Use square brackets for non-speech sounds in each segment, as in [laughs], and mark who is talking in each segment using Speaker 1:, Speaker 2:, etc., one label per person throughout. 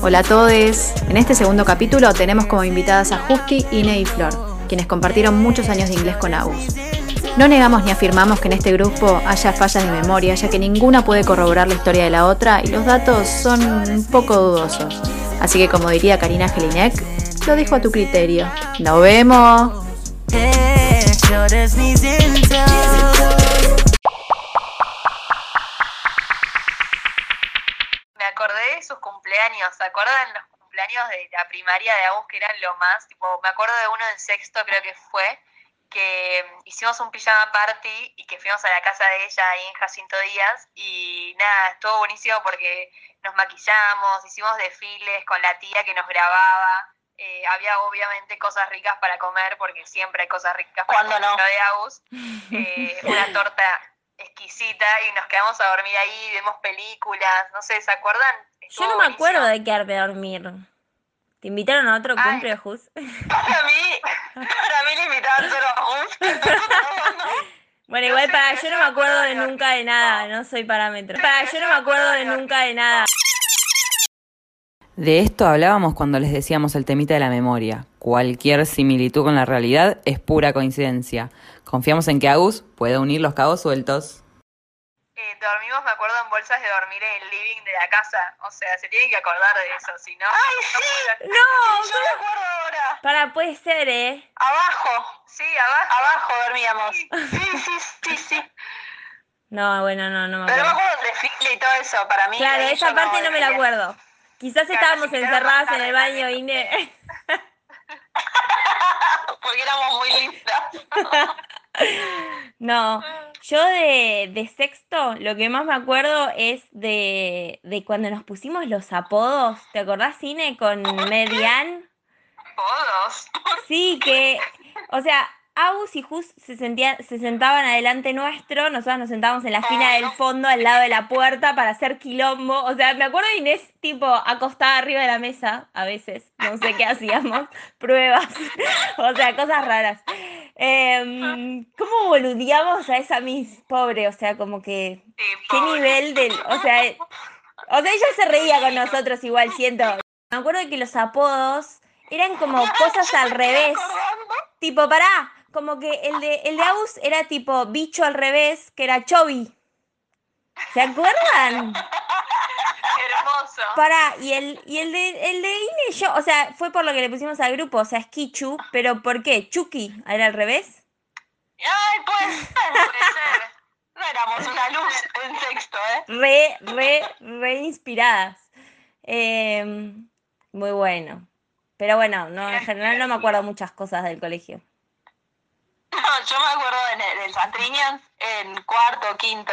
Speaker 1: Hola a todos. En este segundo capítulo tenemos como invitadas a Justi, Ine y Flor, quienes compartieron muchos años de inglés con Agus. No negamos ni afirmamos que en este grupo haya fallas de memoria, ya que ninguna puede corroborar la historia de la otra y los datos son un poco dudosos. Así que como diría Karina Gelinek, lo dejo a tu criterio. ¡Nos vemos!
Speaker 2: Me acordé de sus cumpleaños, ¿se acuerdan los cumpleaños de la primaria de Agus que eran lo más? Tipo, me acuerdo de uno en sexto creo que fue, que hicimos un pijama party y que fuimos a la casa de ella ahí en Jacinto Díaz y nada, estuvo buenísimo porque nos maquillamos, hicimos desfiles con la tía que nos grababa. Eh, había obviamente cosas ricas para comer, porque siempre hay cosas ricas para
Speaker 3: ¿Cuándo
Speaker 2: comer
Speaker 3: no?
Speaker 2: lo de
Speaker 4: [laughs]
Speaker 2: Agus. Eh, una torta exquisita y nos quedamos a dormir ahí, vemos películas, no sé, ¿se acuerdan?
Speaker 4: Yo
Speaker 2: Estuvo
Speaker 4: no me
Speaker 2: buenísimo.
Speaker 4: acuerdo de quedarme a dormir. ¿Te invitaron a otro
Speaker 2: Ay.
Speaker 4: cumple, [laughs] Jus?
Speaker 3: Para mí, para mí le invitaban solo a
Speaker 2: [laughs]
Speaker 3: Jus.
Speaker 4: Bueno,
Speaker 2: Yo
Speaker 4: igual
Speaker 2: sé
Speaker 4: para
Speaker 2: que
Speaker 4: yo
Speaker 2: yo
Speaker 4: no
Speaker 2: me
Speaker 4: me acuerdo
Speaker 2: acuerdo
Speaker 4: de
Speaker 2: de dormir.
Speaker 4: nunca de nada, no soy parámetro. Para yo no me acuerdo de nunca de [laughs] nada.
Speaker 5: De esto hablábamos cuando les decíamos el temita de la memoria. Cualquier similitud con la realidad es pura coincidencia. Confiamos en que Agus pueda unir los cabos sueltos.
Speaker 2: Eh, dormimos, me acuerdo, en bolsas de dormir en el living de la casa. O sea, se tienen que acordar de eso, si no.
Speaker 3: ¡Ay, sí!
Speaker 4: No,
Speaker 3: Yo me acuerdo ahora.
Speaker 4: para puede ser, ¿eh?
Speaker 3: Abajo,
Speaker 2: Sí, abajo.
Speaker 3: abajo dormíamos. Sí, sí, sí, sí.
Speaker 4: No, bueno, no, no me
Speaker 3: Pero no me
Speaker 4: acuerdo.
Speaker 3: acuerdo del desfile y todo eso. Para mí.
Speaker 4: Claro,
Speaker 3: ahí
Speaker 4: esa
Speaker 3: yo
Speaker 4: parte no me la
Speaker 3: dormía.
Speaker 4: acuerdo. Quizás
Speaker 2: Claro,
Speaker 4: estábamos
Speaker 2: si te la
Speaker 4: encerradas en
Speaker 2: mandaron
Speaker 4: el
Speaker 2: a la
Speaker 4: baño, Ine.
Speaker 3: Porque éramos muy lindas.
Speaker 4: [laughs] No, yo de, de sexto lo que más me acuerdo es de, de cuando nos pusimos los apodos. ¿Te acordás, Ine, con Median?
Speaker 2: Todos.
Speaker 4: Sí, que, o sea, Agus y Jus se sentían, se sentaban adelante nuestro, nosotras nos sentábamos en la esquina del fondo, al lado de la puerta, para hacer quilombo. O sea, me acuerdo de Inés, tipo, acostada arriba de la mesa, a veces, no sé qué hacíamos, [laughs] pruebas, o sea, cosas raras. Em, ¿cómo boludeamos a esa Miss pobre? O sea, como que,
Speaker 2: Sí,
Speaker 4: ¿qué
Speaker 2: pobre.
Speaker 4: nivel del, o sea, eh, o sea, ella se reía con nosotros igual, siento. Me acuerdo que los apodos eran como cosas al revés. Tipo, pará, como que el de, el de Agus era tipo bicho al revés, que era Chobi. ¿Se acuerdan?
Speaker 2: Hermoso.
Speaker 4: Pará, y el, y el de, el de Ine, yo, o sea, fue por lo que le pusimos al grupo, o sea, es Kichu, pero ¿por qué? ¿Chucky era al revés?
Speaker 3: Ay, pues.
Speaker 2: Puede ser.
Speaker 3: No éramos una luz en sexto, ¿eh?
Speaker 4: Re, re, re inspiradas. Em, muy bueno. Pero bueno, no, en general no me acuerdo muchas cosas del colegio.
Speaker 3: No, yo me acuerdo en el, del Santriñas, en cuarto o quinto,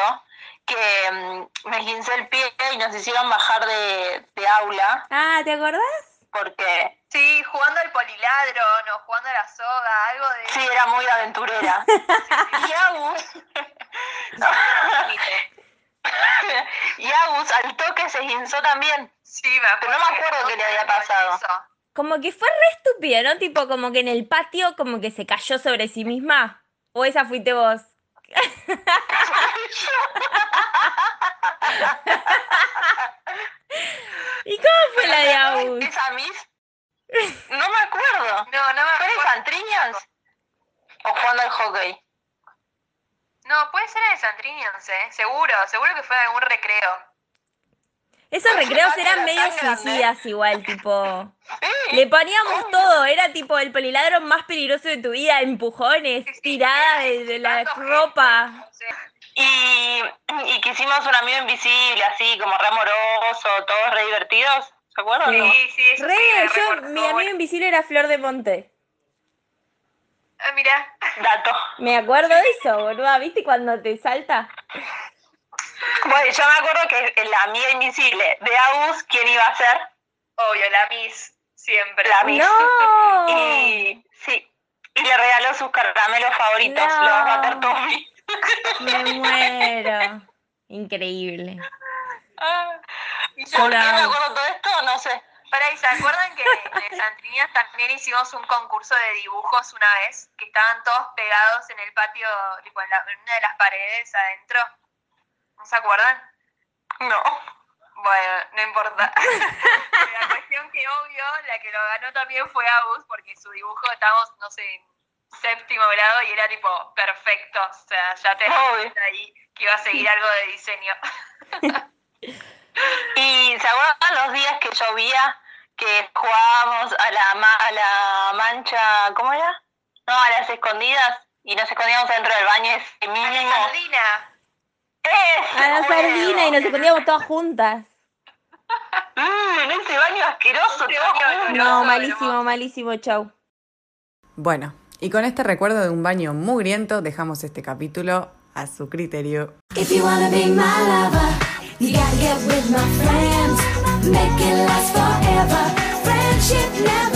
Speaker 3: que mm, me esguincé el pie y nos hicieron bajar de, de aula
Speaker 4: Ah, ¿te acordás?
Speaker 3: porque
Speaker 2: Sí, jugando al poliladro, no, jugando a la soga, algo de
Speaker 3: sí, era muy
Speaker 2: [laughs]
Speaker 3: aventurera. Y Agus, y Agus al toque se esguinzó también.
Speaker 2: Sí, me acuerdo.
Speaker 3: Pero no me acuerdo qué le había pasado.
Speaker 2: Eso.
Speaker 4: Como que fue re estúpido, ¿no? Tipo, como que en el patio, como que se cayó sobre sí misma. O esa fuiste vos.
Speaker 3: [laughs]
Speaker 4: ¿Y cómo fue la de Agus?
Speaker 3: ¿Esa Miss? No me acuerdo.
Speaker 2: No, no me
Speaker 3: ¿Fue en el
Speaker 2: acuerdo.
Speaker 3: Santriñas? ¿O jugando al hockey?
Speaker 2: No, puede ser en el Santrinians, ¿eh? Seguro, seguro que fue en algún recreo.
Speaker 4: Esos recreos
Speaker 3: Era
Speaker 4: eran medio
Speaker 3: tan grande.
Speaker 4: suicidas igual, tipo.
Speaker 3: Sí.
Speaker 4: Le poníamos todo, era tipo el poliladro más peligroso de tu vida, empujones,
Speaker 2: Sí, sí, era
Speaker 4: tirada de, de la
Speaker 2: tanto gesto,
Speaker 4: ropa.
Speaker 2: o sea,
Speaker 3: Y, y que hicimos un amigo invisible, así, como re amoroso, todos re divertidos. ¿Se acuerdan?
Speaker 2: Sí, sí, eso
Speaker 4: Re,
Speaker 2: sí, me
Speaker 4: yo,
Speaker 2: recuerdo,
Speaker 4: mi amigo
Speaker 2: bueno.
Speaker 4: invisible era Flor de Monte.
Speaker 2: Ah, mirá.
Speaker 3: Dato.
Speaker 4: Me acuerdo de eso, boluda, ¿viste cuando te salta?
Speaker 3: Bueno, yo me acuerdo que la amiga invisible de Agus, ¿quién iba a ser?
Speaker 2: Obvio, la Miss, siempre.
Speaker 3: La Miss.
Speaker 4: [laughs] ¡No!
Speaker 3: Y sí. Y le regaló sus caramelos favoritos,
Speaker 4: No.
Speaker 3: los Ratatouille.
Speaker 4: Me muero. [laughs] Increíble.
Speaker 3: Ah, ¿y
Speaker 4: Con
Speaker 3: ¿Por qué me
Speaker 4: Agus.
Speaker 3: acuerdo todo esto? No sé.
Speaker 2: Para, ¿y se acuerdan que en el Santriñas también hicimos un concurso de dibujos una vez? Que estaban todos pegados en el patio, tipo en, la- en una de las paredes adentro. ¿No se acuerdan?
Speaker 3: No.
Speaker 2: Bueno, no importa. [laughs] la cuestión que obvio, la que lo ganó también fue Agus, porque su dibujo estábamos, no sé, en séptimo grado y era tipo perfecto. O sea, ya te das cuenta ahí que iba a seguir algo de diseño.
Speaker 3: [laughs] ¿Y se acuerdan los días que llovía? Que jugábamos a la, ma- a la mancha, ¿cómo era? No, a las escondidas. Y nos escondíamos dentro del baño ese Eh,
Speaker 2: A la
Speaker 3: mínimo.
Speaker 2: sardina.
Speaker 3: ¡Ese
Speaker 4: A la
Speaker 3: juego!
Speaker 4: sardina y nos escondíamos todas juntas.
Speaker 3: Mm, en ese baño asqueroso,
Speaker 2: Ese
Speaker 3: te baño
Speaker 2: baño
Speaker 4: No,
Speaker 2: Hermoso,
Speaker 4: malísimo,
Speaker 2: hermoso.
Speaker 4: malísimo, chau.
Speaker 6: Bueno, y con este recuerdo de un baño mugriento dejamos este capítulo a su criterio.
Speaker 7: If you wanna be my lover, you gotta get with my friends. Make it last forever. Friendship never